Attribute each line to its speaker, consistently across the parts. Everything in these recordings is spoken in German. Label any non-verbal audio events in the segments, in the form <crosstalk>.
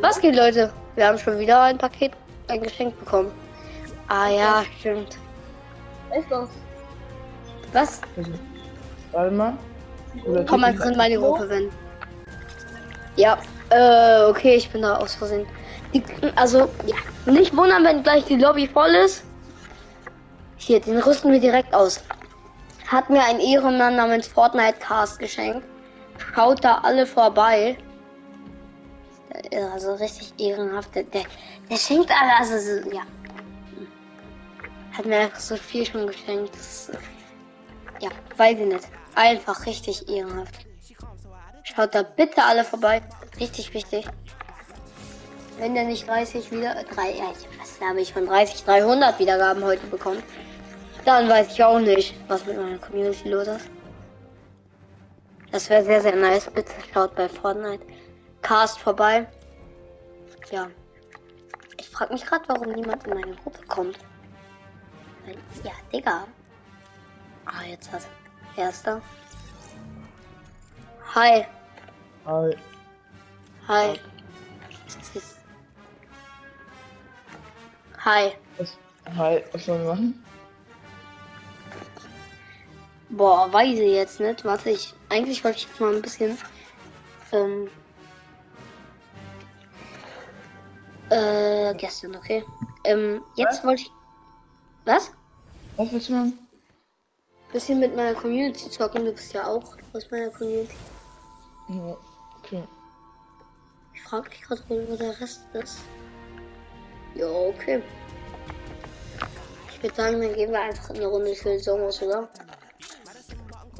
Speaker 1: Was geht, Leute? Wir haben schon wieder ein Paket, ein Geschenk bekommen. Ah ja, stimmt.
Speaker 2: Echt das?
Speaker 1: Was?
Speaker 3: Warte mal. Oder
Speaker 1: Komm mal kurz in meine Gruppe, wenn. Ja, äh, okay, ich bin da aus Versehen. Die, also, ja, nicht wundern, wenn gleich die Lobby voll ist. Hier, den rüsten wir direkt aus. Hat mir ein Ehrenmann namens Fortnite Cast geschenkt. Schaut da alle vorbei. Der- Also richtig ehrenhaft. Der, der, der schenkt alle, also so- ja. Hat mir einfach so viel schon geschenkt. Das ist, ja, weiß ich nicht. Einfach richtig ehrenhaft. Schaut da bitte alle vorbei. Richtig wichtig. Wenn der nicht 30 wieder. Drei, ja, ich, was habe ich von 30, 300 Wiedergaben heute bekommen? Dann weiß ich auch nicht, was mit meiner Community los ist. Das wäre sehr, sehr nice. Bitte schaut bei Fortnite Cast vorbei. Ja. Ich frage mich gerade, warum niemand in meine Gruppe kommt. Weil, ja, Digga. Ah, jetzt hat Erster. Hi.
Speaker 3: Hi.
Speaker 1: Hi. Tschüss. Hi.
Speaker 3: Was, hi, was sollen wir machen?
Speaker 1: Boah, weiß ich jetzt nicht. Warte, ich. Eigentlich wollte ich jetzt mal ein bisschen. Ähm. Äh, gestern, okay. Ähm, jetzt wollte ich. Was?
Speaker 3: Was willst du machen?
Speaker 1: Bisschen mit meiner Community zocken. Du bist ja auch aus meiner Community.
Speaker 3: Ja, okay.
Speaker 1: Ich frage mich gerade, wo der Rest ist. Ja, okay. Ich würde sagen, dann gehen wir einfach eine Runde für Somos, oder?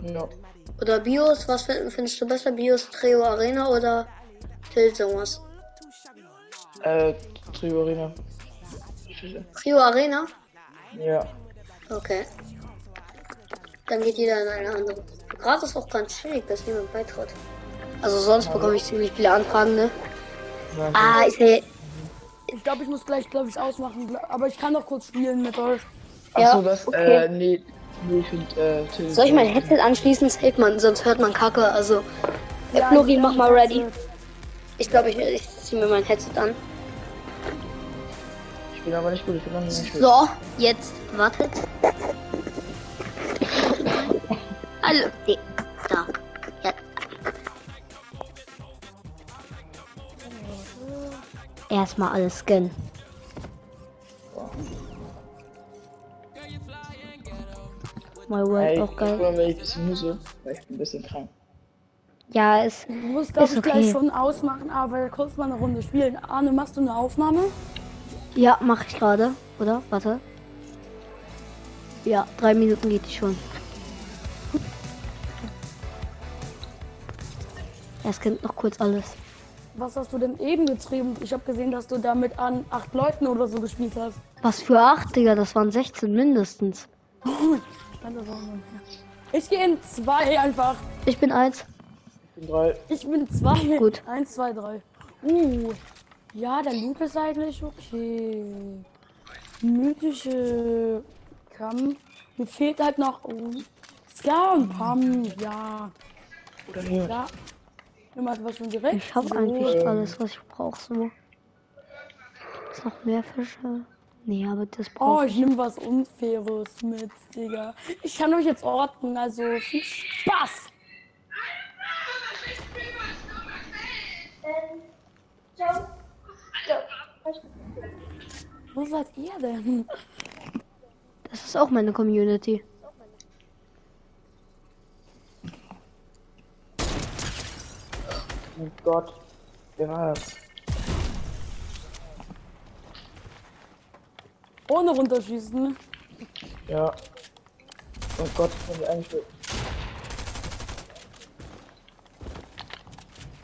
Speaker 3: Ja.
Speaker 1: Oder Bios, was fin- findest du besser? Bios Treo Arena oder Tilt Somers?
Speaker 3: Äh, Triorina. Scheiße.
Speaker 1: Trio Arena?
Speaker 3: Ja.
Speaker 1: Okay. Dann geht jeder in eine andere. Gerade ist auch ganz schwierig, dass niemand beitritt. Also sonst bekomme ich ziemlich viele Anfragen, ne?
Speaker 3: Nein,
Speaker 1: Ah, ich sehe.
Speaker 2: Ich glaube, ich muss gleich, glaube ich, ausmachen. gl- Aber ich kann noch kurz spielen mit euch.
Speaker 3: Achso,
Speaker 1: ja,
Speaker 3: das,
Speaker 1: okay.
Speaker 3: äh, nee. Nee, ich find, äh, Till.
Speaker 1: Soll ich mein Headset anschließen? Safe man, sonst hört man Kacke. Also. Äh, Blogi,
Speaker 2: ich-
Speaker 1: mach mal ready.
Speaker 2: Headset.
Speaker 1: Ich glaube, ich, ich ziehe mir mein Headset an.
Speaker 3: Ich bin aber nicht gut, ich bin noch nicht gut.
Speaker 1: So, jetzt wartet. Hallo. Nee, da. Ja. Erstmal alles scannen. My World
Speaker 3: Ey,
Speaker 1: auch
Speaker 3: ich
Speaker 1: geil.
Speaker 3: bin ein bisschen Hüse, weil ich bin ein bisschen krank.
Speaker 1: Ja, ist.
Speaker 2: Ich muss, glaube
Speaker 1: Ist
Speaker 2: ich,
Speaker 1: okay.
Speaker 2: gleich schon ausmachen, aber kurz mal eine Runde spielen. Arne, machst du eine Aufnahme?
Speaker 1: Ja, mache ich gerade, oder? Warte. Ja, drei Minuten geht die schon. Er scannt noch kurz alles.
Speaker 2: Was hast du denn eben getrieben? Ich habe gesehen, dass du damit an acht Leuten oder so gespielt hast.
Speaker 1: Was für acht, Digga, das waren 16 mindestens.
Speaker 2: Ich kann das auch nicht. Ich gehe in zwei einfach.
Speaker 1: Ich bin eins.
Speaker 3: Ich bin drei.
Speaker 2: Ich bin zwei.
Speaker 1: Gut.
Speaker 2: Eins, zwei, drei. Uh. Ja, der Loop ist eigentlich okay. Mythische Kamm. Mir fehlt halt noch oh, Ska und Pam. Ja.
Speaker 3: Oder hier.
Speaker 2: Da. Nimm mal was von direkt.
Speaker 1: Ich habe
Speaker 2: So.
Speaker 1: eigentlich alles, was ich brauche. So. Ist noch mehr Fische? Nee, aber das
Speaker 2: Oh,
Speaker 1: brauche ich.
Speaker 2: ich nehme was Unfaires mit, Digga. Ich kann euch jetzt orten, also viel Spaß. Wo seid ihr denn?
Speaker 1: Das ist auch meine Community.
Speaker 3: Mein Oh Gott. Wer war das?
Speaker 2: Ohne runterschießen.
Speaker 3: Ja. Oh Gott, ich bin eingestellt.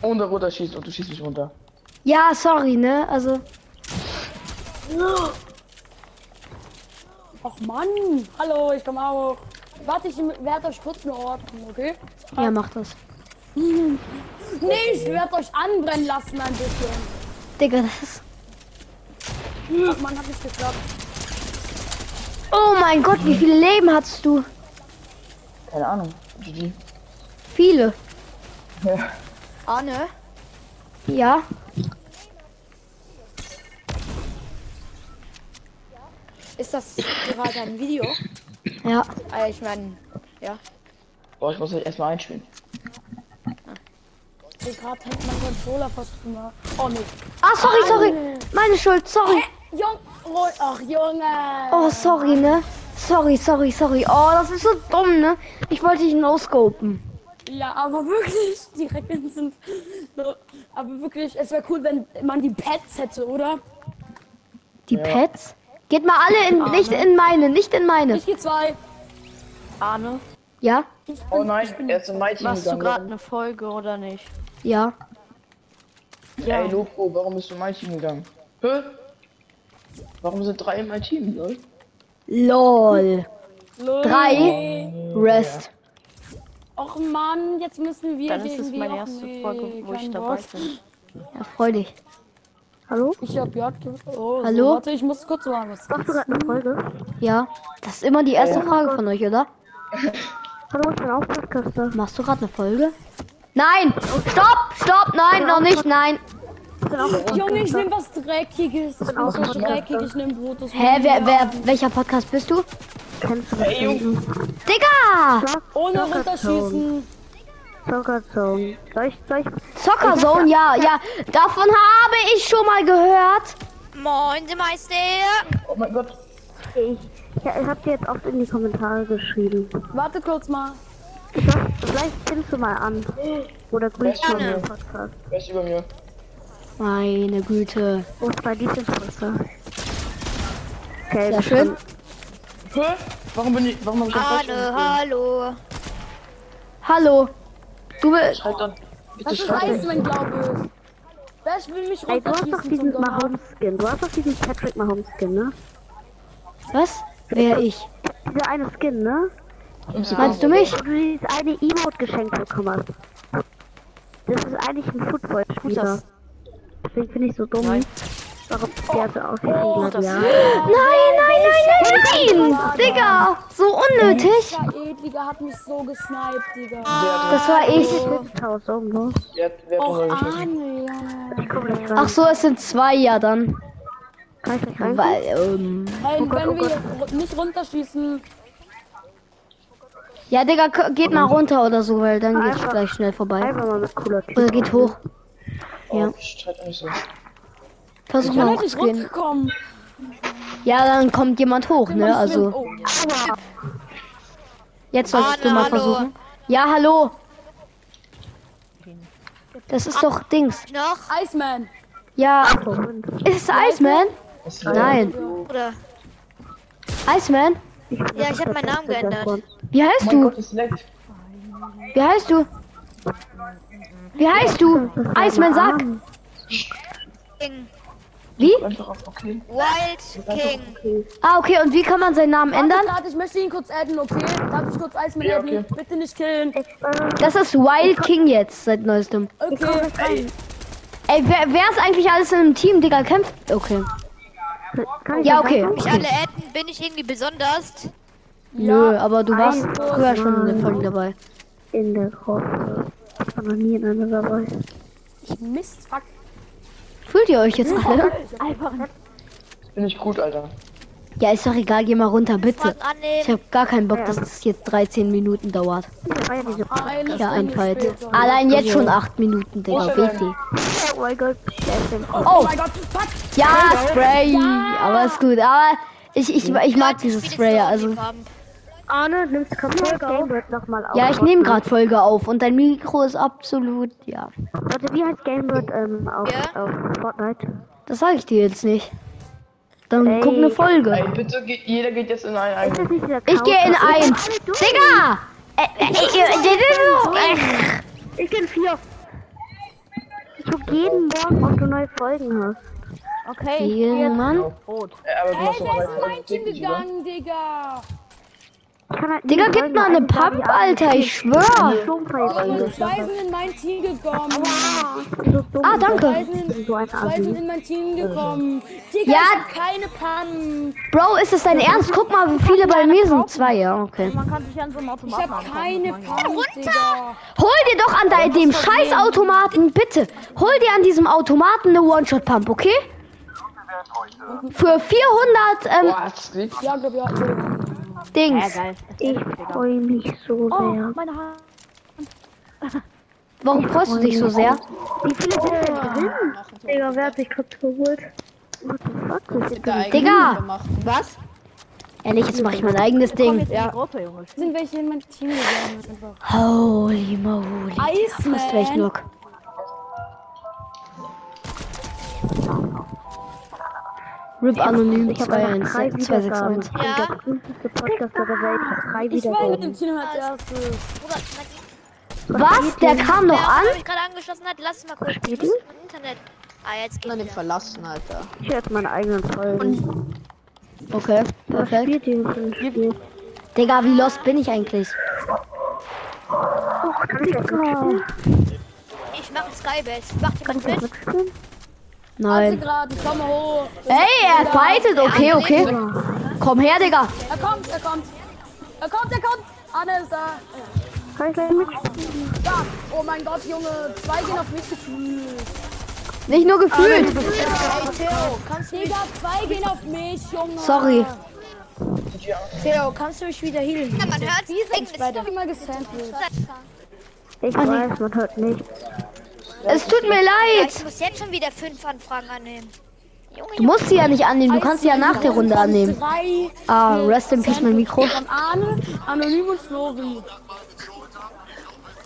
Speaker 3: Und der Roter schießt und du schießt mich runter.
Speaker 1: Ja, sorry, ne? Also,
Speaker 2: Och Mann. Hallo, ich komme auch. Warte, ich werde euch kurz nur orten, okay?
Speaker 1: ja, mach das.
Speaker 2: Nee, ich werde euch anbrennen lassen ein bisschen.
Speaker 1: Digga, das ist.
Speaker 2: Ach, Mann, hab ich geklappt.
Speaker 1: Oh mein Gott, wie viele Leben hast du?
Speaker 3: Keine Ahnung. GG.
Speaker 1: Viele.
Speaker 3: Ja.
Speaker 4: Arne,
Speaker 1: Ja,
Speaker 4: Ist das gerade ein Video?
Speaker 1: Ja.
Speaker 4: Äh, ich meine, ja.
Speaker 3: Boah, ich muss euch erstmal einspielen.
Speaker 2: Ich gerade hängt mein Controller fast immer. Oh nee.
Speaker 1: Ah, sorry, sorry. Meine Schuld, sorry.
Speaker 2: Jung, oh, ach Junge.
Speaker 1: Oh, sorry, ne? Sorry, sorry, sorry. Oh, das ist so dumm, ne? Ich wollte dich no-scopen.
Speaker 2: Ja, aber wirklich, <laughs> die Recken sind. so- Aber wirklich, es wäre cool, wenn man die Pads hätte, oder?
Speaker 1: Die Pets? Geht mal alle in, nicht in meine, nicht in meine.
Speaker 2: Ich gehe zwei.
Speaker 5: Arne,
Speaker 1: Ja?
Speaker 2: Ich bin,
Speaker 3: Oh nein, er ist in mein Team
Speaker 5: machst du gerade
Speaker 3: gegangen.
Speaker 5: eine Folge oder nicht?
Speaker 1: Ja.
Speaker 3: Ey, Loco, warum bist du in mein Team gegangen? Hä? Warum sind drei in mein Team, lol?
Speaker 1: LOL.
Speaker 2: Lol.
Speaker 1: Drei. Rest.
Speaker 2: Och Mann, jetzt müssen wir
Speaker 5: Dann
Speaker 2: gegen
Speaker 5: ist es
Speaker 2: die
Speaker 5: meine
Speaker 2: Och,
Speaker 5: erste
Speaker 2: nee,
Speaker 5: Folge, wo ich
Speaker 2: kein
Speaker 5: dabei
Speaker 2: Bock.
Speaker 5: bin.
Speaker 1: Ja, freu dich. Hallo?
Speaker 2: Ich hab J ge- oh,
Speaker 1: Hallo?
Speaker 2: So, warte, ich muss kurz mal was.
Speaker 6: Machst du gerade eine Folge?
Speaker 1: Ja. Das ist immer die erste Frage von euch, oder?
Speaker 6: Hallo, ich bin auch Podcaster.
Speaker 1: Machst du gerade eine Folge? Nein! Stopp! Stopp! Nein, noch nicht, nein!
Speaker 6: Ich bin auch
Speaker 2: Junge, ich nehm was Dreckiges. Ich nehm
Speaker 6: auch
Speaker 2: was Dreckiges, ich nehm Brotus.
Speaker 1: Hä, wer, wer, welcher Podcast bist du?
Speaker 6: Kennst du das?
Speaker 3: Ey, Junge,
Speaker 1: Digga!
Speaker 2: Ohne runterschießen.
Speaker 6: Soccer Zone. Soll ich, soll ich,
Speaker 1: Soccer Zone, ja, ja. Davon habe ich schon mal gehört.
Speaker 7: Moin, die Meister.
Speaker 3: oh mein Gott.
Speaker 6: ich, ich hab dir jetzt oft in die Kommentare geschrieben.
Speaker 2: Warte kurz mal.
Speaker 6: Ich sag, vielleicht kennst du mal an. Oder grüßt mal den ne, Podcast.
Speaker 3: Wer ist über mir?
Speaker 1: Meine Güte.
Speaker 6: Wo ist mein Lieblingsposter? Okay,
Speaker 1: Sehr schön.
Speaker 3: Hä? Warum bin ich, warum hab ich das falsch
Speaker 7: Hallo,
Speaker 3: gemacht?
Speaker 7: hallo.
Speaker 1: Hallo. Du bist.
Speaker 3: Schreibt dann. Bitte
Speaker 2: Das ist
Speaker 3: schreibt dann.
Speaker 2: Eismann, glaube ich. Wer will mich
Speaker 6: Ey, du hast doch
Speaker 2: runterschießen
Speaker 6: diesen
Speaker 2: zum Donner?
Speaker 6: Mahomes-Skin. Du hast doch diesen Patrick Mahomes-Skin, ne?
Speaker 1: Was? Wer ich?
Speaker 6: Dieser eine Skin, ne?
Speaker 1: Meinst du mich?
Speaker 6: Wo du dieses eine Emote geschenkt bekommen hast. Das ist eigentlich ein Football-Spieler. Deswegen finde ich so dumm. Warum der so aussieht
Speaker 1: Oh,
Speaker 6: wie ein Gladiator.
Speaker 1: Nein, nein, nein, nein, nein! Digga! So unnötig!
Speaker 2: Ja, Edliger hat mich so gesniped, Digga.
Speaker 1: Das war ich.
Speaker 6: Tausend Euro.
Speaker 3: Wer hat, wer hat
Speaker 2: Och,
Speaker 3: unser geschossen?
Speaker 2: Arne, Junge.
Speaker 6: ne? Ich komme nicht rein.
Speaker 1: Ach so, es sind zwei, ja dann.
Speaker 6: Kann ich nicht rein?
Speaker 1: Weil, ähm.
Speaker 2: Hey,
Speaker 6: Oh
Speaker 2: wenn wir ru- nicht runterschießen,
Speaker 1: Ja, Digga, k- geht mal runter oder so, weil dann geht's gleich schnell vorbei.
Speaker 6: Einfach mal mit cooler Typ.
Speaker 1: Oder geht hoch.
Speaker 3: Oh, schreit doch nicht so.
Speaker 1: Versuch
Speaker 2: bin
Speaker 1: mal
Speaker 2: ich nicht
Speaker 1: hochzugehen.
Speaker 2: runtergekommen.
Speaker 1: Ja, dann kommt jemand hoch, ne?
Speaker 2: Jemand
Speaker 1: Also.
Speaker 2: schwimmt. Oh.
Speaker 1: Jetzt solltest
Speaker 7: Anne,
Speaker 1: du mal
Speaker 7: Ah, hallo.
Speaker 1: versuchen. Ja, hallo. Das ist doch Dings.
Speaker 7: Noch?
Speaker 2: Iceman.
Speaker 1: Ja, ist es Iceman?
Speaker 3: Was
Speaker 1: Nein.
Speaker 7: Oder?
Speaker 1: Iceman?
Speaker 7: Ja, ich habe meinen Namen geändert.
Speaker 1: Wie
Speaker 3: Oh
Speaker 1: heißt
Speaker 3: mein
Speaker 1: du?
Speaker 3: Gott, es leckt.
Speaker 1: Wie heißt du? Wie heißt du? Iceman, sag.
Speaker 7: King.
Speaker 1: Wie?
Speaker 3: Einfach auf okay.
Speaker 7: Wild King.
Speaker 1: Ah, okay, und wie kann man seinen Namen ändern?
Speaker 2: Warte grad, ich möchte ihn kurz adden, okay? Darf ich kurz Eismann
Speaker 3: Ja,
Speaker 2: adden?
Speaker 3: okay.
Speaker 2: Bitte nicht killen.
Speaker 1: Das ist Wild King jetzt, seit neuestem.
Speaker 2: Okay.
Speaker 1: Ey, wer, wer ist eigentlich alles in einem Team, Digga? Kämpft? Okay. Ja, okay.
Speaker 7: Mich alle adden, bin ich irgendwie besonders?
Speaker 1: Nö, aber du warst
Speaker 6: also,
Speaker 1: früher schon
Speaker 6: ähm,
Speaker 1: in den Folgen dabei.
Speaker 6: In der Gruppe. Ich war noch nie in einer dabei.
Speaker 2: Mist, fuck.
Speaker 1: Fühlt ihr euch jetzt alle?
Speaker 3: Bin ich gut, Alter.
Speaker 1: Ja, ist doch egal, geh mal runter, bitte.
Speaker 7: Frag
Speaker 1: Ich
Speaker 7: annehmen.
Speaker 1: hab gar keinen Bock, dass das jetzt 13 Minuten dauert.
Speaker 6: Das war ja diese P-
Speaker 2: Eine
Speaker 1: Ja, ein
Speaker 2: Stunde
Speaker 1: Fight.
Speaker 2: später.
Speaker 1: Allein jetzt
Speaker 6: Also,
Speaker 1: schon 8 Minuten, Digga. Richtig.
Speaker 6: Oh mein Gott, der ist im Kopf.
Speaker 2: Oh
Speaker 1: Oh,
Speaker 2: mein Gott, fuck.
Speaker 1: ja, Spray. Aber ist gut. Aber ich, ich, ich mag dieses Spray, ja, also.
Speaker 6: Arne, nimmst du komplett Gamebird nochmal auf.
Speaker 1: Ja, ich nehme gerade Folge auf und dein Mikro ist absolut, ja.
Speaker 6: Warte, wie heißt Gamebird ähm, auf,
Speaker 7: Ja?
Speaker 6: auf Fortnite?
Speaker 1: Das sage ich dir jetzt nicht. Dann
Speaker 6: Ey.
Speaker 1: guck eine
Speaker 3: Ey,
Speaker 1: Folge.
Speaker 3: bitte, geht, jeder geht jetzt in einen
Speaker 6: Ist
Speaker 3: eigenen.
Speaker 6: das nicht dieser
Speaker 1: Ich gehe in
Speaker 6: Counter?
Speaker 1: ein.
Speaker 6: Alle durch.
Speaker 1: Digga! Äh, äh, äh, äh, äh, äh, äh.
Speaker 6: Ich gehe in vier. Du jeden Morgen, ob du neue Folgen hast.
Speaker 5: Okay,
Speaker 1: Gegen Mann.
Speaker 3: Äh, aber du machst doch drei
Speaker 2: Ey, da ist mein
Speaker 3: Folgen
Speaker 2: Team
Speaker 3: täglich, oder?
Speaker 2: gegangen, Digga.
Speaker 6: Ich kann halt nie
Speaker 1: Digga, gib
Speaker 6: Folgen
Speaker 1: mal eine
Speaker 6: machen, weil die
Speaker 1: Pump,
Speaker 6: alle
Speaker 1: Alter, ich schwör.
Speaker 6: Sturmfeuer
Speaker 2: Und
Speaker 6: sind.
Speaker 2: zwei sind in mein Team gekommen.
Speaker 6: So dumm.
Speaker 1: Ah,
Speaker 2: Zwei
Speaker 1: danke.
Speaker 2: sind in,
Speaker 6: So ein
Speaker 2: zwei sind
Speaker 6: Abi.
Speaker 2: in mein Team gekommen. Digga,
Speaker 1: Ja.
Speaker 2: ich hab keine Pannen.
Speaker 1: Bro, ist es dein Ernst? Guck mal, wie viele bei mir sind. Zwei, ja, okay.
Speaker 5: man kann sich an so einem
Speaker 2: Ich
Speaker 5: Automaten
Speaker 2: hab keine
Speaker 5: ankommen.
Speaker 2: Pannen, Digga.
Speaker 1: Hol dir doch an de dem scheiß Automaten, bitte. Hol dir an diesem Automaten eine One-Shot-Pump, okay? Für 400 ähm,
Speaker 3: Boah, das liegt.
Speaker 2: Ja, glaub, ja, Entschuldigung.
Speaker 5: Ja,
Speaker 1: Dings.
Speaker 5: geil.
Speaker 6: Ich freue mich so sehr.
Speaker 5: Meine Hand.
Speaker 1: Warum freust du dich so sehr?
Speaker 6: Wie viele sind denn drin? Digga, wer hat sich gerade geholt? What the fuck? Das ist
Speaker 4: Da eigentlich
Speaker 1: Digga!
Speaker 4: gemacht.
Speaker 7: Was?
Speaker 1: Ehrlich, jetzt mache ich mein eigenes
Speaker 5: Komm
Speaker 1: Ding.
Speaker 5: jetzt in die Gruppe, Junge.
Speaker 2: Sind welche in mein Team gegangen? Einfach.
Speaker 1: Holy moly.
Speaker 2: Iceman.
Speaker 1: Fast wäre ich knock. RIP anonym
Speaker 6: Ich hab einfach drei
Speaker 1: 216
Speaker 6: Wiedergaben.
Speaker 1: 261.
Speaker 6: Ich bin der berühmteste Podcaster der Welt. Ich hab drei
Speaker 2: Ich war mit
Speaker 6: Wiedergaben.
Speaker 2: dem Team als erstes.
Speaker 7: Bruder, mein
Speaker 1: Was? Der kam noch an?
Speaker 7: Wer mich gerade angeschlossen hat, lass es mal kurz. Ich muss mein Internet. Ah, jetzt geht's
Speaker 4: An den
Speaker 7: wieder.
Speaker 4: verlassen, Alter.
Speaker 6: Ich hör jetzt meine eigenen Folgen.
Speaker 1: Okay,
Speaker 6: Was
Speaker 1: perfekt.
Speaker 6: spielt ihr denn für ein Spiel?
Speaker 1: Digga, wie lost bin ich eigentlich?
Speaker 6: Och, Digga.
Speaker 7: Ich mache Skybase. Macht
Speaker 6: Kann ich
Speaker 7: jemand
Speaker 6: das
Speaker 7: mit?
Speaker 6: mitspielen?
Speaker 2: Warte
Speaker 1: Nein.
Speaker 2: gerade, komm mal hoch.
Speaker 1: Ey, er fightet. Okay, okay. Komm her, Digga.
Speaker 2: Er kommt, er kommt. Er kommt, er kommt. Anne ist da.
Speaker 6: Kann ich gleich mitspielen?
Speaker 2: Da. Oh mein Gott, Junge. Zwei gehen auf mich gefühlt.
Speaker 1: Nicht nur gefühlt.
Speaker 4: Hey Theo, kannst du mich,
Speaker 2: Digga, zwei gehen auf mich, Junge.
Speaker 1: Sorry.
Speaker 4: Theo, kannst du mich wieder healen?
Speaker 7: Ja, man hört
Speaker 2: Ich bin mal gesandwiched.
Speaker 6: Ich weiß, man hört nicht.
Speaker 1: Es tut mir leid.
Speaker 7: Ich muss jetzt schon wieder fünf Anfragen annehmen. Junge,
Speaker 1: Du musst sie ja nicht annehmen. Du kannst sie ja nach der Runde annehmen.
Speaker 2: Drei
Speaker 1: Ah, rest in peace, mein Mikro.
Speaker 2: von Arne, Anonym und Flori.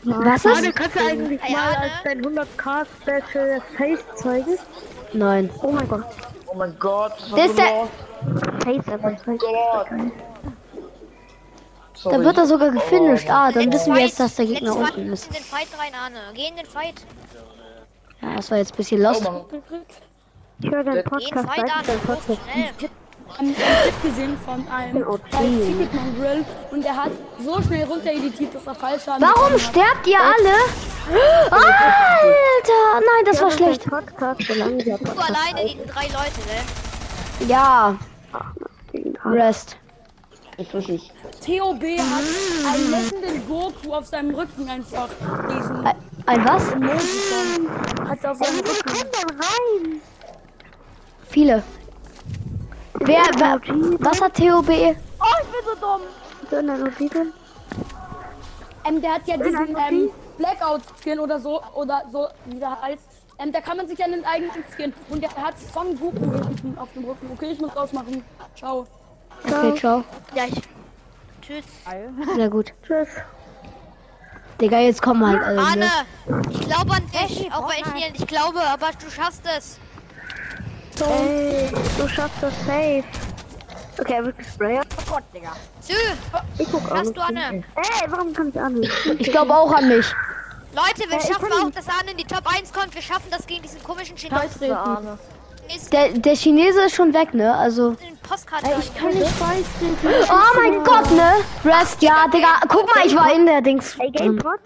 Speaker 1: Was ist?
Speaker 6: kannst du eigentlich
Speaker 7: Junge, ja, ne?
Speaker 6: dein 100k Special Face zeigen?
Speaker 1: Nein.
Speaker 6: Oh mein Gott.
Speaker 3: Oh mein Gott, das war
Speaker 1: Das
Speaker 3: so
Speaker 1: ist der-
Speaker 3: laut.
Speaker 6: Face einfach zeigen.
Speaker 3: Gott.
Speaker 1: Da
Speaker 3: Sorry.
Speaker 1: wird er sogar gefinisht. Ah, dann wissen wir jetzt, dass der Gegner
Speaker 7: Let's fight.
Speaker 1: unten ist.
Speaker 7: In den Fight rein, Arne. Geh in den Fight.
Speaker 1: Ja, das war jetzt ein bisschen lost.
Speaker 3: Oh
Speaker 6: Ich höre deinen
Speaker 7: Geh in den
Speaker 6: Podcast,
Speaker 7: Fight,
Speaker 6: weißt du
Speaker 7: Arne.
Speaker 6: deinen
Speaker 7: Los,
Speaker 6: Podcast?
Speaker 7: schnell.
Speaker 2: Ein Tipp gesehen von einem
Speaker 6: Oh,
Speaker 2: als Secret Mongrel und er hat so schnell runter editiert, dass er falsch hat.
Speaker 1: Warum sterbt ihr alle? Alter, nein, das war
Speaker 6: Dein
Speaker 1: schlecht.
Speaker 6: Podcast, solange der
Speaker 7: Du
Speaker 6: Podcast
Speaker 7: alleine gegen drei Leute, ne?
Speaker 1: Ja,
Speaker 6: gegen Arne.
Speaker 1: rest.
Speaker 3: Ich frisch ich.
Speaker 2: Theo B. hat einen lächelnden Goku auf seinem Rücken einfach diesen
Speaker 1: Ein- Ein was?
Speaker 2: Emoji von. Hat er auf seinem Rücken.
Speaker 1: Viele. Wer, wer, was hat TOB?
Speaker 6: So eine Notizen.
Speaker 2: Ähm, der hat ja diesen ähm, Blackout-Skin oder so, oder so, wie der heißt. Ähm, da kann man sich ja einen eigenen Skin. Und der hat Son Goku hinten auf dem Rücken. Okay, ich muss ausmachen. Ciao.
Speaker 1: Okay, ciao.
Speaker 7: Ja, ich. Tschüss.
Speaker 1: Na gut. Tschüss. Digga, jetzt kommen halt alle. Ne?
Speaker 7: Arne, ich glaube an dich, auch wenn ich dir nicht glaube, aber du schaffst es.
Speaker 6: Ey, du schaffst das safe. Okay, er wird gesprayert.
Speaker 7: Sü,
Speaker 6: Ich guck an.
Speaker 7: schaffst du Anne.
Speaker 6: Ey, warum kann ich an?
Speaker 1: Ich glaube auch an mich.
Speaker 7: Leute, wir schaffen auch, dass Arne in die Top 1 kommt. Wir schaffen das gegen diesen komischen Chinesen.
Speaker 5: Arne.
Speaker 1: Der, der Chinese ist schon weg, ne? Also.
Speaker 7: in den Postkarte. Ich kann
Speaker 1: Oh mein Gott, ne? Rest, ja, Digga. Guck mal, ich war in der Dings.
Speaker 6: Ey,
Speaker 1: drin.
Speaker 6: Gamepod?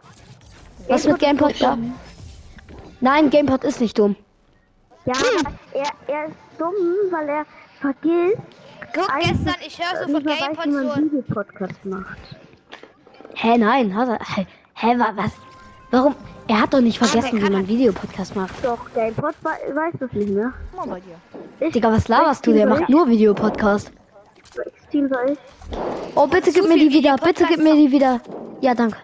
Speaker 1: Was mit Gamepod da? Nein, Gamepod ist nicht dumm.
Speaker 6: Ja,
Speaker 1: Hm.
Speaker 6: aber er, er ist dumm, weil er vergisst,
Speaker 7: Guck,
Speaker 6: eigentlich-
Speaker 7: gestern, ich höre so
Speaker 6: wie
Speaker 7: von
Speaker 6: man weiß, wie man
Speaker 7: Gamepod
Speaker 6: einen Videopodcast macht.
Speaker 1: Hä, nein, hat er. Hä, hä, wa- was? Warum? Er hat doch nicht
Speaker 7: der
Speaker 1: vergessen,
Speaker 7: kann
Speaker 1: wie man Videopodcast macht.
Speaker 6: Doch, Gamepod wei- weiß das nicht mehr.
Speaker 5: Mal bei dir.
Speaker 1: Digga, was laberst du? Der macht nur Videopodcast.
Speaker 6: Welches Team soll ich?
Speaker 1: Oh, bitte gib
Speaker 7: Zu
Speaker 1: mir
Speaker 7: viel
Speaker 1: die wieder. Bitte
Speaker 7: Videopodcast
Speaker 1: gib mir die wieder. Ja, danke.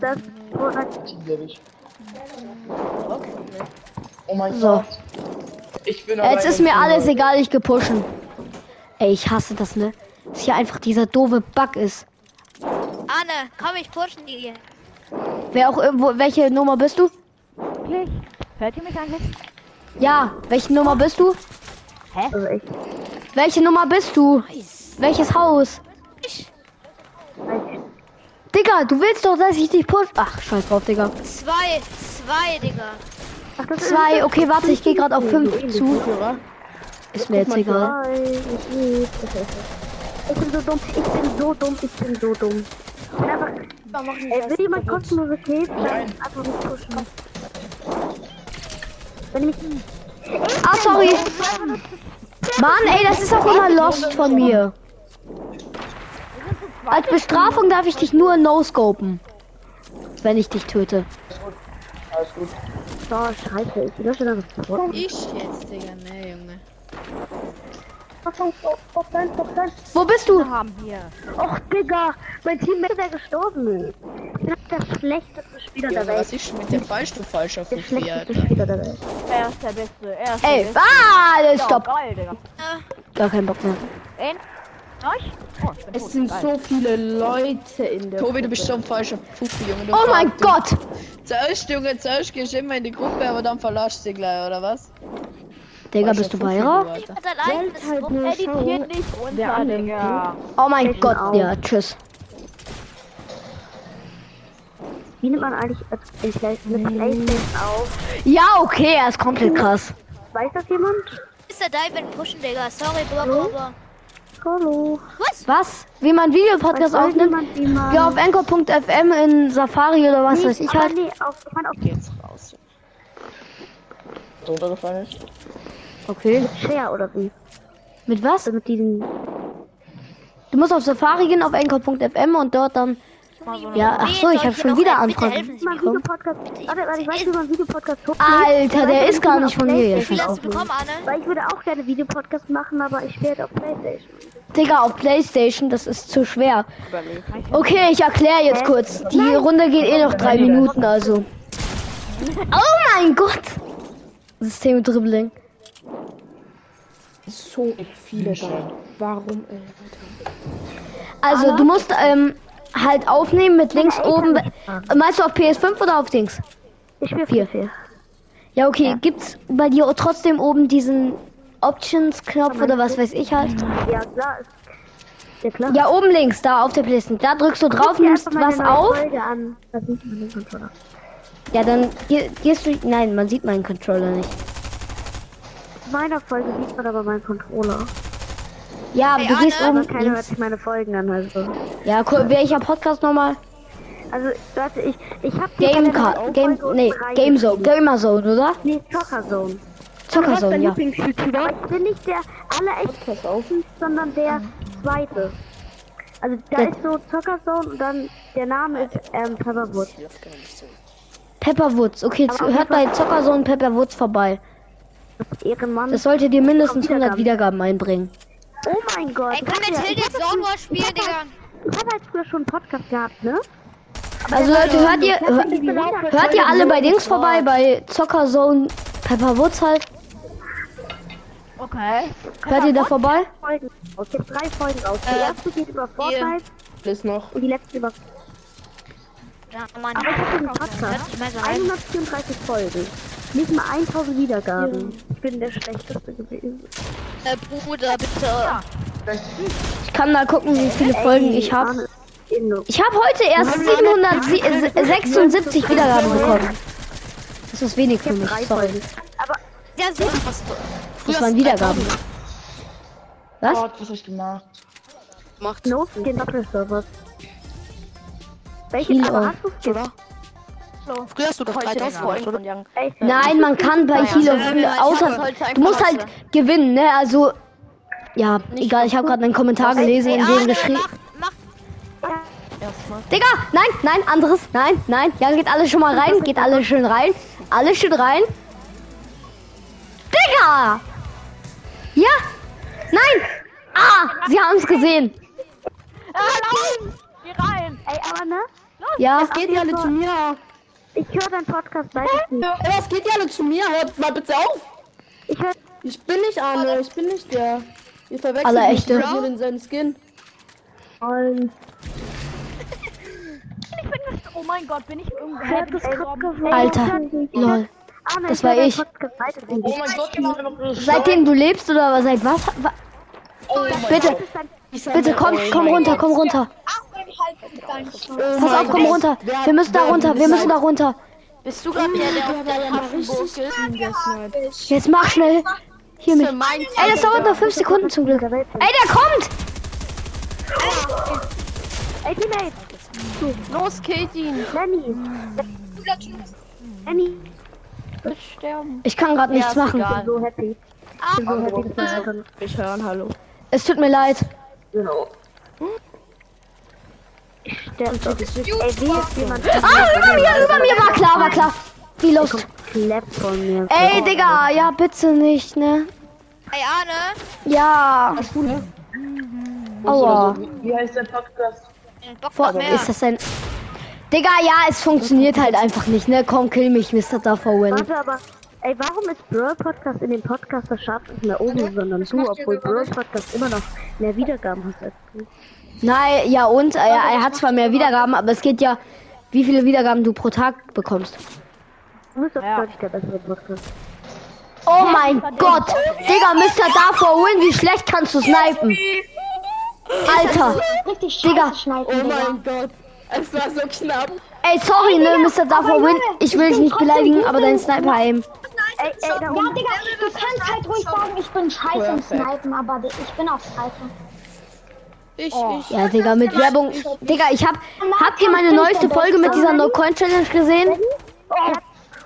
Speaker 6: Das Produkt
Speaker 3: Ziemlich. Oh mein
Speaker 1: So.
Speaker 3: Gott. Ich bin
Speaker 1: Jetzt
Speaker 3: alleine
Speaker 1: ist mir
Speaker 3: im
Speaker 1: alles
Speaker 3: Zimmer.
Speaker 1: egal, ich gepushen. Ey, ich hasse das, ne? Dass hier einfach dieser doofe Bug ist.
Speaker 7: so. Arne, komm, ich pushen die hier.
Speaker 1: Wer auch irgendwo, welche Nummer bist du?
Speaker 5: Wirklich? Hört ihr mich eigentlich?
Speaker 1: Ja, welche Nummer bist du?
Speaker 6: also ich
Speaker 1: Welche Nummer bist du? Welches Haus?
Speaker 6: weiß.
Speaker 1: Digga, du willst doch, dass ich dich push. Ach, scheiß drauf, Digga.
Speaker 7: Zwei, zwei, Digga.
Speaker 6: Ach, das ist
Speaker 1: Zwei, okay, warte, ich gehe gerade auf fünf zu.
Speaker 3: Oder?
Speaker 1: Ist mir jetzt egal.
Speaker 6: Nein, ich nicht. Ich bin so dumm, ich bin so dumm, ich bin so dumm. Ich bin einfach, ey, will jemand kostenlose Hilfe? Dann einfach nicht pushen. Wenn ich mich
Speaker 1: Ah, sorry. Mann, ey, das ist auch immer lost von mir. Als Bestrafung darf ich dich nur no-scopen. Wenn ich dich töte.
Speaker 3: Alles gut.
Speaker 6: So, scheiße, ich lösche das sofort.
Speaker 4: Ich jetzt, Digga,
Speaker 3: ne,
Speaker 4: nee, Junge.
Speaker 1: Wo bist du?
Speaker 5: haben hier.
Speaker 6: Och, Digga, mein Teammate wäre gestorben. Ich bin halt der schlechteste Spieler der
Speaker 3: Junge,
Speaker 6: Welt.
Speaker 3: was ist mit dem falsch, du falscher
Speaker 6: Der
Speaker 3: Fufi,
Speaker 6: schlechteste
Speaker 3: Alter?
Speaker 6: Spieler der Welt.
Speaker 5: Er ist der Beste. Er ist
Speaker 1: Ey,
Speaker 5: der Beste.
Speaker 1: ah,
Speaker 5: Ja,
Speaker 1: stopp.
Speaker 5: Geil, Digga.
Speaker 1: Gar keinen Bock mehr.
Speaker 5: Ein, neun. Oh, ich bin tot.
Speaker 8: Es sind
Speaker 5: Geil.
Speaker 8: so viele Leute in der
Speaker 3: Tobi, du bist so ein falscher Fufi, Junge. Du
Speaker 1: Oh mein
Speaker 3: verarschst-
Speaker 1: Gott.
Speaker 3: Zuerst, Junge, zuerst gehst du immer in die Gruppe, aber dann verlässt sie gleich, oder was?
Speaker 1: Digga,
Speaker 3: Falscher
Speaker 1: bist du
Speaker 3: Fufi,
Speaker 1: Beira?
Speaker 3: Alter.
Speaker 7: Hat sein eigenes Rum.
Speaker 5: Editiert nicht unter,
Speaker 8: andere
Speaker 5: Digga.
Speaker 1: Oh mein Gott, ja, tschüss.
Speaker 6: Wie nimmt man eigentlich äh, Play- eine Playstation auf?
Speaker 1: Ja, okay, er ist komplett krass.
Speaker 6: Weiß das jemand?
Speaker 7: Ist der Diamond pushen, Digga. Sorry, Bro, aber.
Speaker 6: Hallo.
Speaker 7: Was?
Speaker 1: Was? Wie man Videopodcast
Speaker 6: Weiß
Speaker 1: aufnimmt?
Speaker 6: jemand, wie man...
Speaker 1: Geh auf anchor.fm in Safari oder was weiß ich
Speaker 6: aber
Speaker 1: halt.
Speaker 6: Nee, auf, ich meine auf
Speaker 3: Geh jetzt raus. Toter gefallen ist?
Speaker 1: Okay.
Speaker 6: Share oder wie?
Speaker 1: Mit was?
Speaker 6: Also mit diesen...
Speaker 1: Du musst auf Safari gehen, auf anchor.fm und dort dann. Ja, ach so,
Speaker 7: Wen
Speaker 1: ich
Speaker 7: soll
Speaker 1: habe
Speaker 7: hier
Speaker 1: schon
Speaker 7: noch
Speaker 1: wieder
Speaker 7: helfen? Bitte
Speaker 1: Anfragen.
Speaker 7: helfen Sie
Speaker 6: Mein
Speaker 7: mir.
Speaker 6: Videopodcast... Warte, warte, ich weiß, wie man Videopodcast hochlädt.
Speaker 1: Alter,
Speaker 6: Ich weiß
Speaker 1: der
Speaker 6: aber
Speaker 1: ist
Speaker 6: nicht,
Speaker 1: gar
Speaker 6: wie man
Speaker 1: nicht
Speaker 6: auf
Speaker 1: von hier,
Speaker 7: Wie
Speaker 6: Playstation
Speaker 7: viel hast du
Speaker 6: auflädt.
Speaker 7: bekommen, Anne?
Speaker 6: Weil ich würde auch gerne Videopodcast machen, aber ich werde auf Playstation.
Speaker 1: Digga, auf Playstation, das ist zu schwer. Okay, ich erkläre jetzt kurz. Die Runde geht eh noch drei Minuten, also. Oh mein Gott! System Dribbling.
Speaker 8: so viele da. Warum, äh, ey?
Speaker 1: Also, du musst ähm, halt aufnehmen mit links oben. Meinst du auf PS5 oder auf Dings?
Speaker 6: Ich spiele 4 4.
Speaker 1: Ja, okay. Gibt's bei dir trotzdem oben diesen Options-Knopf oder was weiß ich halt?
Speaker 6: Ja, klar. ist- Ja, klar.
Speaker 1: Ja, oben links, da auf der Playstation. Da drückst du drauf, nimmst was auf.
Speaker 6: Folge an. Da sieht man den Controller.
Speaker 1: Ja, dann geh- gehst du. Nein, man sieht meinen Controller nicht.
Speaker 6: Auf meiner Folge sieht man aber meinen Controller.
Speaker 1: Ja, aber
Speaker 7: Ey,
Speaker 1: du gehst
Speaker 7: Anne.
Speaker 1: oben
Speaker 6: Aber keiner hört
Speaker 1: links.
Speaker 6: sich meine Folgen an, also.
Speaker 1: Ja, cool. Welcher Podcast nochmal?
Speaker 6: Also, warte, ich, ich hab hier bei der
Speaker 1: Game Card.
Speaker 6: letzten
Speaker 1: Game.
Speaker 6: Folge unten
Speaker 1: Nee,
Speaker 6: rein-
Speaker 1: Game Zone. Gamer Zone, oder?
Speaker 6: Nee, Zockerzone.
Speaker 1: Zockerzone, ja.
Speaker 6: Aber ich bin nicht der allerechteste, sondern der zweite. Also, da
Speaker 1: Der-
Speaker 6: ist so Zockerzone und dann der Name ist ähm, Pepperwood.
Speaker 1: Pepperwoods. Okay, zu-
Speaker 6: Aber
Speaker 1: hört bei Zockerzone Pepperwoods vorbei.
Speaker 6: Ehrenmann.
Speaker 1: Das sollte dir mindestens
Speaker 6: Komm,
Speaker 1: 100
Speaker 6: Hm. Wiedergaben.
Speaker 1: Wiedergaben einbringen.
Speaker 6: oh mein Gott.
Speaker 7: Ey, kann
Speaker 6: warte,
Speaker 7: jetzt Hilde
Speaker 6: ich hab
Speaker 7: Zone Wars spielen,
Speaker 6: ich hab
Speaker 7: Digga?
Speaker 6: halt- Ich hab halt früher schon einen Podcast gehabt, ne?
Speaker 1: Also Leute, hört ihr,
Speaker 6: Ich hab
Speaker 1: hör-
Speaker 6: nicht bemerkt.
Speaker 1: hört ihr alle bei Dings vorbei, bei Zockerzone Pepperwoods halt?
Speaker 5: Okay.
Speaker 1: Hört ihr da vorbei?
Speaker 6: Folgen raus. Jetzt drei Folgen raus. Die erste geht über Fortnite
Speaker 8: Alles noch.
Speaker 6: und die letzte über.
Speaker 7: Ja, Mann.
Speaker 6: Aber ich hab den Podcast.
Speaker 7: Hört sich mal so an.
Speaker 6: 134 Folgen. Nicht mal 1000 Wiedergaben. Ich bin der schlechteste gewesen.
Speaker 7: Äh, Bruder, bitte.
Speaker 1: Ich kann mal gucken, wie viele
Speaker 6: Äh,
Speaker 1: Folgen ich habe.
Speaker 6: Arne, Indo.
Speaker 1: Ich habe heute erst 776 Wiedergaben bekommen. Das ist wenig für mich,
Speaker 6: Drei
Speaker 1: sorry.
Speaker 6: Folgen.
Speaker 7: Ja, so was du.
Speaker 1: Das waren Wiedergaben. Was?
Speaker 3: Gott, was hab ich gemacht?
Speaker 6: No Skin Doppelserver.
Speaker 1: Kilo.
Speaker 6: Welche aber hast du Skin? Ey,
Speaker 1: Nein, man kann bei Hilo außer du musst halt gewinnen, ne? Also ja, egal, ich habe gerade einen Kommentar gelesen, in dem geschrieben.
Speaker 7: mach,
Speaker 1: Digga, nein, nein, anderes, nein, nein. Ja, geht alle schon mal rein, geht alle schön rein. Alle schön rein. Digga! Ja! Nein! Ah! Sie haben es gesehen.
Speaker 6: Ey, aber ne?
Speaker 1: Ja.
Speaker 8: Geht ihr alle zu mir?
Speaker 6: Ich höre deinen Podcast seit ich,
Speaker 8: Ey, Was geht ihr alle zu mir? Hört mal bitte auf!
Speaker 6: ich höre
Speaker 8: Ich bin nicht Arne, ich bin nicht der. Ihr verwechselt
Speaker 1: Aller
Speaker 8: mich,
Speaker 1: echte.
Speaker 8: ich hab nur den seinen Skin.
Speaker 5: Ich bin gest- Oh mein Gott, bin ich irgendwo
Speaker 6: das Skript gesehen.
Speaker 1: Alter, lol.
Speaker 6: Arne,
Speaker 1: das
Speaker 6: hör
Speaker 1: war
Speaker 6: deinen
Speaker 1: ich.
Speaker 6: Podcast seit ich-
Speaker 3: Oh mein Gott, die machen immer bloß
Speaker 1: Seitdem du lebst oder was? Seit was? wa- Bitte, bitte komm, komm runter, komm runter. Pass auf, komm runter. Wir müssen da runter, wir müssen da runter.
Speaker 5: Bist du gerade der, der auf der Hafenburg ist?
Speaker 1: Jetzt mach schnell. Hier mit. Ey, das dauert nur 5 Sekunden zum Glück. Ey, der kommt!
Speaker 6: Ey, Teammate,
Speaker 5: Los, killt ihn.
Speaker 6: Lenny. Lenny,
Speaker 1: Ich kann gerade nichts machen.
Speaker 6: ich bin so happy. Ich bin so happy, dass wir das
Speaker 8: Ich höre ein Hallo.
Speaker 1: Es tut mir leid.
Speaker 6: Ey, wie ist jemand?
Speaker 1: Ah, über mir, über mir, war klar, war klar. Wie los?
Speaker 6: Clap von mir.
Speaker 1: Ey, Digga, ja, bitte nicht, ne?
Speaker 7: Ey, Arne.
Speaker 1: Ja.
Speaker 3: Schule.
Speaker 1: Aua.
Speaker 3: Wie, wie heißt der Podcast?
Speaker 7: Bock
Speaker 1: Boah,
Speaker 7: noch mehr.
Speaker 1: Also, ist das ein. Digga, ja, es funktioniert halt einfach nicht, ne? Komm, kill mich, Mr. Dufferwin.
Speaker 6: Warte, aber. Ey, warum ist Brawl Podcast in dem Podcast das schafft nicht mehr oben, sondern du, obwohl Brawl Podcast immer noch mehr Wiedergaben hast als du?
Speaker 1: Nein, ja und? Er, er hat zwar mehr Wiedergaben, aber es geht ja, wie viele Wiedergaben du pro Tag bekommst.
Speaker 6: Du bist doch deutlich der bessere Podcast.
Speaker 1: Oh mein Gott! Digga, Mr. Dufferwin, wie schlecht kannst du snipen? Alter! Digga,
Speaker 8: Oh mein Gott. Es war so knapp.
Speaker 1: ey, sorry, ne, Mr. Dufferwin, ich will dich nicht beleidigen, aber dein Sniper-Aim.
Speaker 9: Ey, ey, ja, Digga, du kannst halt ruhig sagen, ich bin scheiße im Snipen, aber ich bin auch scheiße.
Speaker 8: Ich, ich.
Speaker 1: Ja, Digga, mit Werbung. Digga, ich hab. Habt ihr meine neueste Folge mit dieser No-Coin-Challenge gesehen?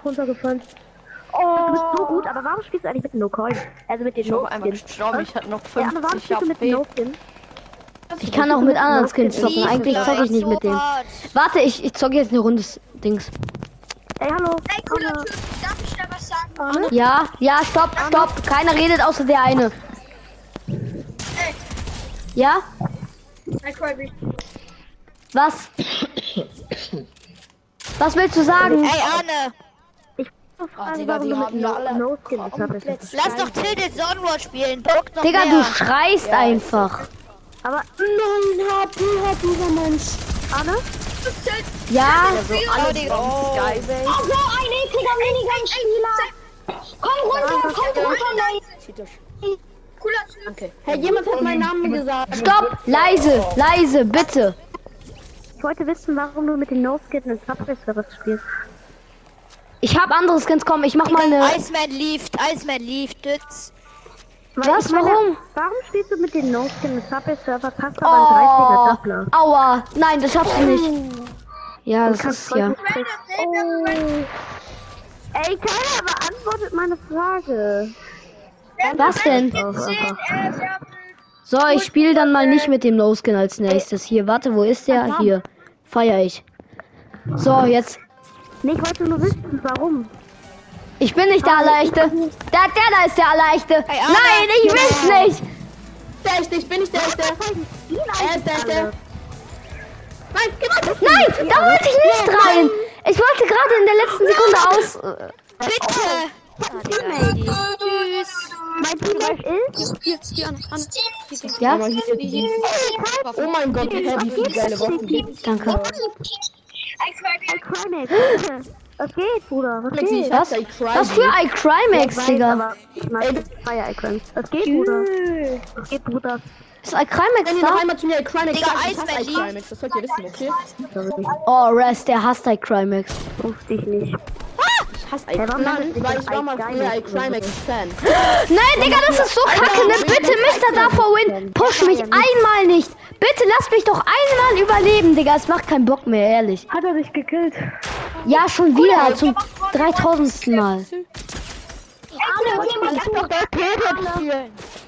Speaker 6: Runtergefallen. Oh. Du bist so gut, aber warum spielst du eigentlich mit No Coin? Also mit den
Speaker 4: Ich
Speaker 6: No
Speaker 4: hab einmal
Speaker 6: Skins.
Speaker 4: gestorben, ich hatte noch
Speaker 6: Ja, aber warum
Speaker 4: 50
Speaker 6: spielst du mit
Speaker 4: HP.
Speaker 6: No Skin?
Speaker 1: Ich kann auch mit anderen Skins zocken. Eigentlich zocke ich nicht mit denen.
Speaker 7: Hart.
Speaker 1: Warte, ich, ich zocke jetzt eine Runde S- Dings.
Speaker 6: Ey, hallo.
Speaker 9: Oh, cooler Typ, darf ich da was sagen?
Speaker 1: Ja, ja, stopp, stopp. Keiner redet außer der eine. Ja? Was? Was willst du sagen?
Speaker 7: Ey, Arne.
Speaker 6: Ah, Digga, die haben ja alle no Skin komplett.
Speaker 7: Lass doch Tilted Onward spielen. Bock noch
Speaker 1: Digga,
Speaker 7: mehr.
Speaker 1: du schreist einfach.
Speaker 6: Aber
Speaker 8: Nein, HP hat dieser Mensch.
Speaker 6: Anne?
Speaker 1: Ja?
Speaker 7: Oh, Digga.
Speaker 9: Oh, so ein ekliger Minigun-Spieler! Komm runter, komm runter, Leute! Cooler Typ!
Speaker 8: Hey, jemand hat meinen Namen gesagt.
Speaker 1: Stopp! Leise, leise, bitte.
Speaker 6: Ich wollte wissen, warum du mit den No Skin in Subway Surfers spielst.
Speaker 1: Ich hab andere Skins, komm, ich mach mal eine.
Speaker 7: Iceman lieft, Iceman lieft. It's
Speaker 6: Weil
Speaker 1: Was?
Speaker 6: ich meine,
Speaker 1: Warum?
Speaker 6: Warum spielst du mit den No Skin in Subway Surfers? Hast aber
Speaker 1: Oh,
Speaker 6: einen 30er Doppler.
Speaker 1: aua. Nein, das schaffst du nicht. Ja, das
Speaker 6: Kannst
Speaker 1: ist
Speaker 6: voll
Speaker 1: ja.
Speaker 6: gut sprechen. Ey, keiner beantwortet meine Frage.
Speaker 1: Was denn? So, ich spiele dann mal nicht mit dem No-Skin als nächstes. Hier, warte, wo ist der? Hier. Feier ich. So, jetzt.
Speaker 6: Nee, ich wollte nur wissen, warum.
Speaker 1: Ich bin nicht der Allerleichte. Der, der da ist der Allerleichte. Nein, ich will's nicht.
Speaker 8: Der ist nicht, bin ich der ist der. Er ist der ist der. Nein, geh mal.
Speaker 1: Nein, da wollte ich nicht rein. Ich wollte gerade in der letzten Sekunde aus.
Speaker 7: bitte.
Speaker 6: Mein Teammate ist?
Speaker 1: Ja,
Speaker 8: Oh mein Gott, hey, wie viele geile Waffen gibt's?
Speaker 1: danke.
Speaker 6: Ey, Crimex. Was geht, Bruder? Was geht?
Speaker 8: Ich hab
Speaker 1: Was für ein Crimex, Digga.
Speaker 6: aber ich mag Fire-Icons. Was geht, Bruder? Was geht, Bruder?
Speaker 1: Ist ein Crimex
Speaker 8: Wenn ihr
Speaker 1: da?
Speaker 8: noch einmal zu mir Crimex
Speaker 7: Digga,
Speaker 8: sagt, ich
Speaker 7: Eisbär
Speaker 8: hasse
Speaker 7: liebt.
Speaker 8: Crimex, das sollt ihr wissen, okay?
Speaker 1: Oh, Rest, der hasst ein Crimex.
Speaker 6: Wusste ich nicht.
Speaker 8: Ich hasse
Speaker 6: Ja, warum
Speaker 8: Nein,
Speaker 6: hast du
Speaker 8: weil ich
Speaker 6: so
Speaker 8: war mal
Speaker 6: Eisbär
Speaker 8: früher ein
Speaker 6: liebt?
Speaker 8: Crimex-Fan.
Speaker 1: Nein, Digga, das ist so kacke, ne? Bitte, Mr. Dufferwin, push mich einmal nicht. Bitte lass mich doch einmal überleben, Digga. Es macht keinen Bock mehr, ehrlich.
Speaker 6: Hat er dich gekillt?
Speaker 1: Ja, schon wieder, zum 3000. Mal.
Speaker 9: Arne, hör mir mal zu!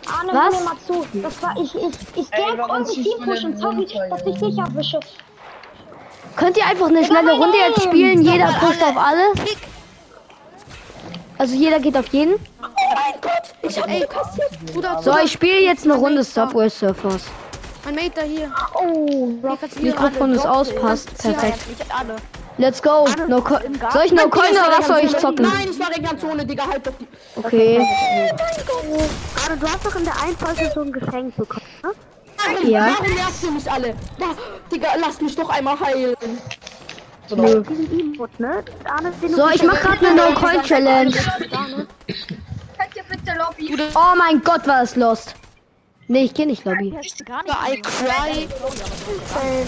Speaker 9: Arne, hör
Speaker 1: Was?
Speaker 9: mir mal zu! Das war ich, ich, ich geh
Speaker 3: Ey,
Speaker 9: jetzt
Speaker 3: warum
Speaker 9: unsere
Speaker 3: schießt man
Speaker 9: Teampush und
Speaker 3: denn
Speaker 9: sorry,
Speaker 3: in den
Speaker 9: dass ich dich erwische.
Speaker 1: Könnt ihr einfach eine schnelle Runde jetzt spielen? Jeder pusht auf alle. Also jeder geht auf jeden.
Speaker 8: Ich hab ey, kassiert. Bruder,
Speaker 1: So, ich spiele jetzt eine Runde Subway Surfers.
Speaker 8: mein Mate da hier. Oh,
Speaker 1: Mikrofon ist aus, passt. Perfekt.
Speaker 4: Ich hab alle.
Speaker 1: Let's go. No Co- soll ich No Coin oder was soll ich zocken?
Speaker 8: Nein, ich war Regnanzone, Digga, halt doch die.
Speaker 1: Okay.
Speaker 6: Aber du hast doch in der einen Folge so ein Geschenk bekommen, ne?
Speaker 1: Ja.
Speaker 8: Warum nervst du mich alle? Da, Digga, lass mich doch einmal heilen.
Speaker 3: So, Nö.
Speaker 6: Diesen Emote, ne? Arne, den du
Speaker 1: So, ich mach grad eine No Coin Challenge. Oh mein Gott, war das lost. Nee, ich geh nicht Lobby.
Speaker 4: I cry.
Speaker 6: äh,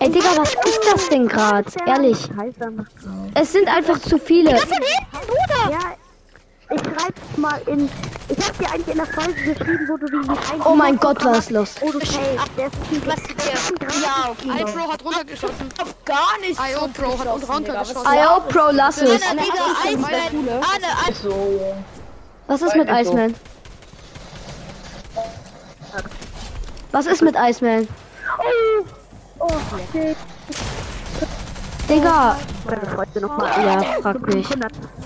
Speaker 1: Ey, Digga, was ist das denn grad? Ehrlich.
Speaker 6: Scheiße macht.
Speaker 1: Es sind einfach zu viele.
Speaker 6: Ja, ich schreib's mal in. Ich hab dir eigentlich in der Folge geschrieben, wo du die nicht
Speaker 1: Oh mein Gott, war es lost.
Speaker 6: Oh, du fail. Der ist ein
Speaker 7: Was hier?
Speaker 6: Ja, okay.
Speaker 4: Bro hat runtergeschossen.
Speaker 8: Gar nicht.
Speaker 4: IO Pro hat uns runtergeschossen.
Speaker 1: IO Pro, lass es.
Speaker 7: Arne, Digga, Iceman. Arne, Arne.
Speaker 3: so.
Speaker 1: Was ist mit Iceman? Was ist mit Iceman?
Speaker 6: Digga! Meine Freunde nochmal. Ja, frag mich.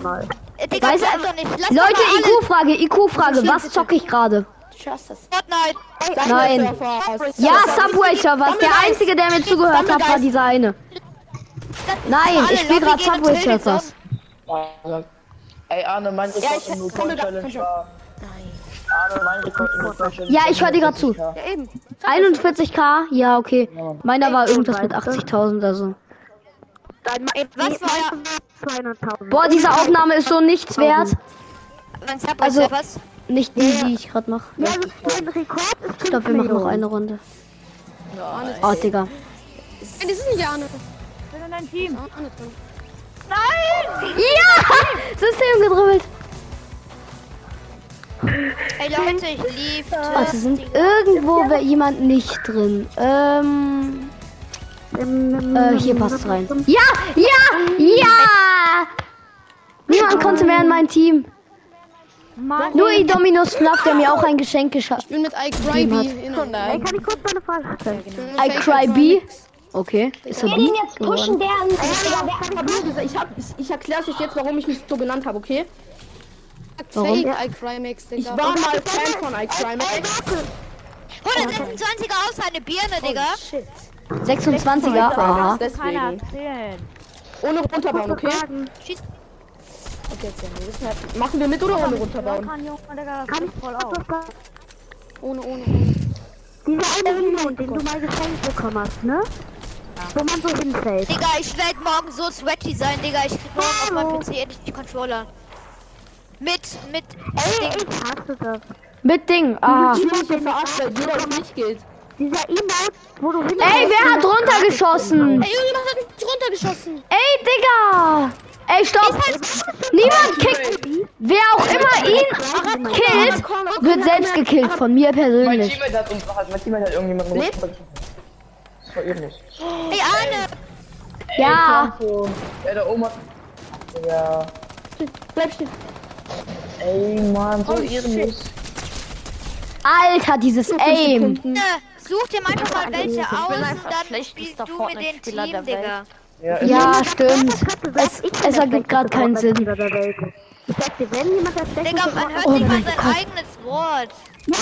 Speaker 6: Mal.
Speaker 7: Äh, Digga,
Speaker 1: Weiß-
Speaker 7: bleib doch nicht. Lass doch
Speaker 1: Leute,
Speaker 7: mal alle-
Speaker 1: IQ-Frage, IQ-Frage. Was zocke ich gerade?
Speaker 8: Du schaffst das.
Speaker 7: Fortnite.
Speaker 8: Sag
Speaker 1: Nein.
Speaker 8: mal, Surfer aus.
Speaker 1: Ja, Subway Surfers. Der einzige, der mir zugehört hat, war dieser eine. Nein, ich spiele gerade Subway Surfers.
Speaker 3: Alter. Ey, Arne, mein Rekord
Speaker 8: ich-
Speaker 3: im
Speaker 8: komm, du da- komm
Speaker 3: Rekord-Challenge
Speaker 8: schon.
Speaker 3: war. Arne, mein Rekord im Rekord-Challenge
Speaker 1: Ja,
Speaker 3: war
Speaker 1: ich hör dir grad zu.
Speaker 3: 40K.
Speaker 8: Ja, eben.
Speaker 1: 41k? Ja, okay. Meiner war irgendwas mit 80.000 oder so.
Speaker 6: Dein Mann
Speaker 7: Was war ja...
Speaker 6: 200.000.
Speaker 1: Boah, diese Aufnahme ist so nichts wert.
Speaker 7: Mein Subway
Speaker 1: Also-
Speaker 7: Surfers.
Speaker 1: Nicht die, die ich gerade mache.
Speaker 6: Ja, das ist mein Rekord. Ist
Speaker 1: Ich glaube, wir machen noch eine Runde. Oh, Digga.
Speaker 8: Nein, das ist nicht Arne.
Speaker 5: bin in deinem Team.
Speaker 8: Arne drin.
Speaker 5: Nein!
Speaker 1: Ja! <laughs> System gedribbelt.
Speaker 7: Ey Leute, ich lief.
Speaker 1: Also sind irgendwo bei jemand nicht drin. Ähm, äh, hier passt rein. Ja! Ja! Ja! Niemand konnte mehr in mein Team. Nur Idominus Fluff, der mir auch ein Geschenk geschafft.
Speaker 8: Ich bin mit Ike Ryby in
Speaker 6: Ey,
Speaker 8: Online.
Speaker 6: kann ich kurz meine Frage stellen?
Speaker 1: I cry B. Okay, ist er
Speaker 9: Wer den
Speaker 1: B?
Speaker 9: jetzt pushen, der ein Digga, der
Speaker 8: Ich hab nur gesagt, ich, hab, ich, ich erklär's euch jetzt, warum ich mich so genannt habe, okay?
Speaker 1: Warum?
Speaker 8: Fake Ike Rymax, Digga. Ich war mal Fan von Ike Rymax.
Speaker 7: 126er außer eine Birne, Digga.
Speaker 1: 26er, aha.
Speaker 5: Keiner
Speaker 8: Deswegen.
Speaker 5: erzählen.
Speaker 8: Ohne runterbauen, okay?
Speaker 6: Fragen.
Speaker 8: Okay, jetzt ja, wir wissen halt- Machen wir mit oder ohne runterbauen?
Speaker 5: Kann Junge, Digga, das
Speaker 6: Kann
Speaker 5: geht
Speaker 6: ich
Speaker 5: voll
Speaker 6: kurz
Speaker 5: auf.
Speaker 6: was sagen?
Speaker 8: Ohne, ohne, ohne.
Speaker 6: Dieser eine Million, den du mal geschenkt bekommen hast, ne? Wo man so hinfällt.
Speaker 7: Digga, ich werde morgen so sweaty sein, Digga. Ich krieg morgen auf meinem PC endlich die Controller. Mit, mit.
Speaker 6: Ey, ich hasse das.
Speaker 1: Mit Ding, aha.
Speaker 8: Ich fühle mich hier verarscht, weil jeder auf mich gilt.
Speaker 6: Dieser Emote, wo du hinfällst.
Speaker 1: Ey, wer hat runtergeschossen?
Speaker 8: Ey, irgendjemand hat mich runtergeschossen. halt
Speaker 1: Ey, Digga! Ey, stopp! Niemand kickt! Wer auch immer ihn killt, wird selbst gekillt. Von mir
Speaker 3: Mein
Speaker 1: persönlich.
Speaker 3: Teammate hat uns hat, mein Teammate hat irgendjemanden
Speaker 8: Lebt?
Speaker 3: runtergeschossen. Das war irgendwas.
Speaker 7: Ey, Arne!
Speaker 1: Ja,
Speaker 3: So, ey, da oben hat. Ja.
Speaker 8: Bleib stehen.
Speaker 3: Ey, Mann, so ehrenlos.
Speaker 1: Alter, dieses Aim.
Speaker 7: Arne! Such dir einfach mal welche aus, dann spielst du mit den Team, Digga.
Speaker 3: Ja,
Speaker 1: Ja, stimmt. Es, es ergibt gerade keinen Sinn.
Speaker 6: Der Welt. ist. Ich sag dir, wenn jemand das schlecht
Speaker 7: Digga, man hört
Speaker 1: Oh
Speaker 7: nicht mal
Speaker 1: mein
Speaker 7: sein
Speaker 1: Gott.
Speaker 7: eigenes Wort.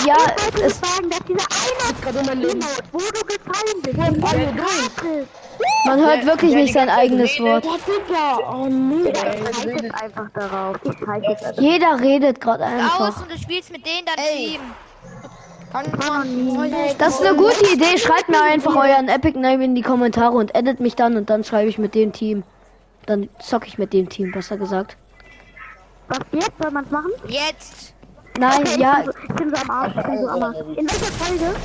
Speaker 1: Ja,
Speaker 6: ich wollte
Speaker 1: es-
Speaker 6: es sagen, dass dieser eine
Speaker 8: Jetzt gerade in mein Leben.
Speaker 6: Emote, wo du gefallen bist, der ist gratis.
Speaker 1: Man hört wirklich nicht sein eigenes Wort.
Speaker 8: Boah, Digga. Oh, nee. ey.
Speaker 6: Ich scheiße jetzt einfach darauf. Ich scheiße jetzt einfach.
Speaker 1: Jeder redet gerade
Speaker 7: Aus
Speaker 1: einfach.
Speaker 7: und du spielst mit denen dann
Speaker 8: Ey.
Speaker 7: Team.
Speaker 1: Das ist eine gute Idee. Schreibt mir einfach euren Epic Name in die Kommentare und edit mich dann und dann schreibe ich mit dem Team. Dann zocke ich mit dem Team, besser gesagt.
Speaker 6: Was jetzt? Soll man's machen? Also,
Speaker 7: Jetzt!
Speaker 1: Nein, ja,
Speaker 6: Ich bin so am Arsch, ich bin so am Arsch. In welcher Folge?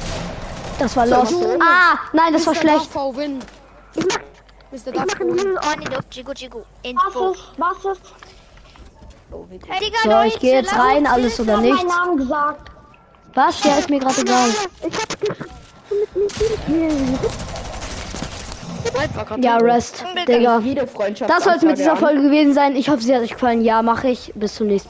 Speaker 1: das war los. Ah, nein, das war
Speaker 8: Mr.
Speaker 1: schlecht.
Speaker 8: Duff, win.
Speaker 6: Ich mach,
Speaker 8: Mr.
Speaker 6: ich
Speaker 8: Duff,
Speaker 6: mach ein Video
Speaker 7: On in Luft, Jigo Jigo. Info.
Speaker 9: was ist, was ist,
Speaker 7: Hey, Digga,
Speaker 1: So, ich gehe jetzt rein, alles oder
Speaker 9: mein
Speaker 1: nichts.
Speaker 9: Name gesagt.
Speaker 1: Was? Ja, ist mir gerade egal.
Speaker 6: Ich hab's geschrieben mit mir spielen.
Speaker 1: Ja, Rest, Digga.
Speaker 8: Jede Freundschaft.
Speaker 1: Das soll es mit dieser Folge gewesen sein. Ich hoffe, sie hat euch gefallen. Ja, mache ich. Bis zum nächsten Mal.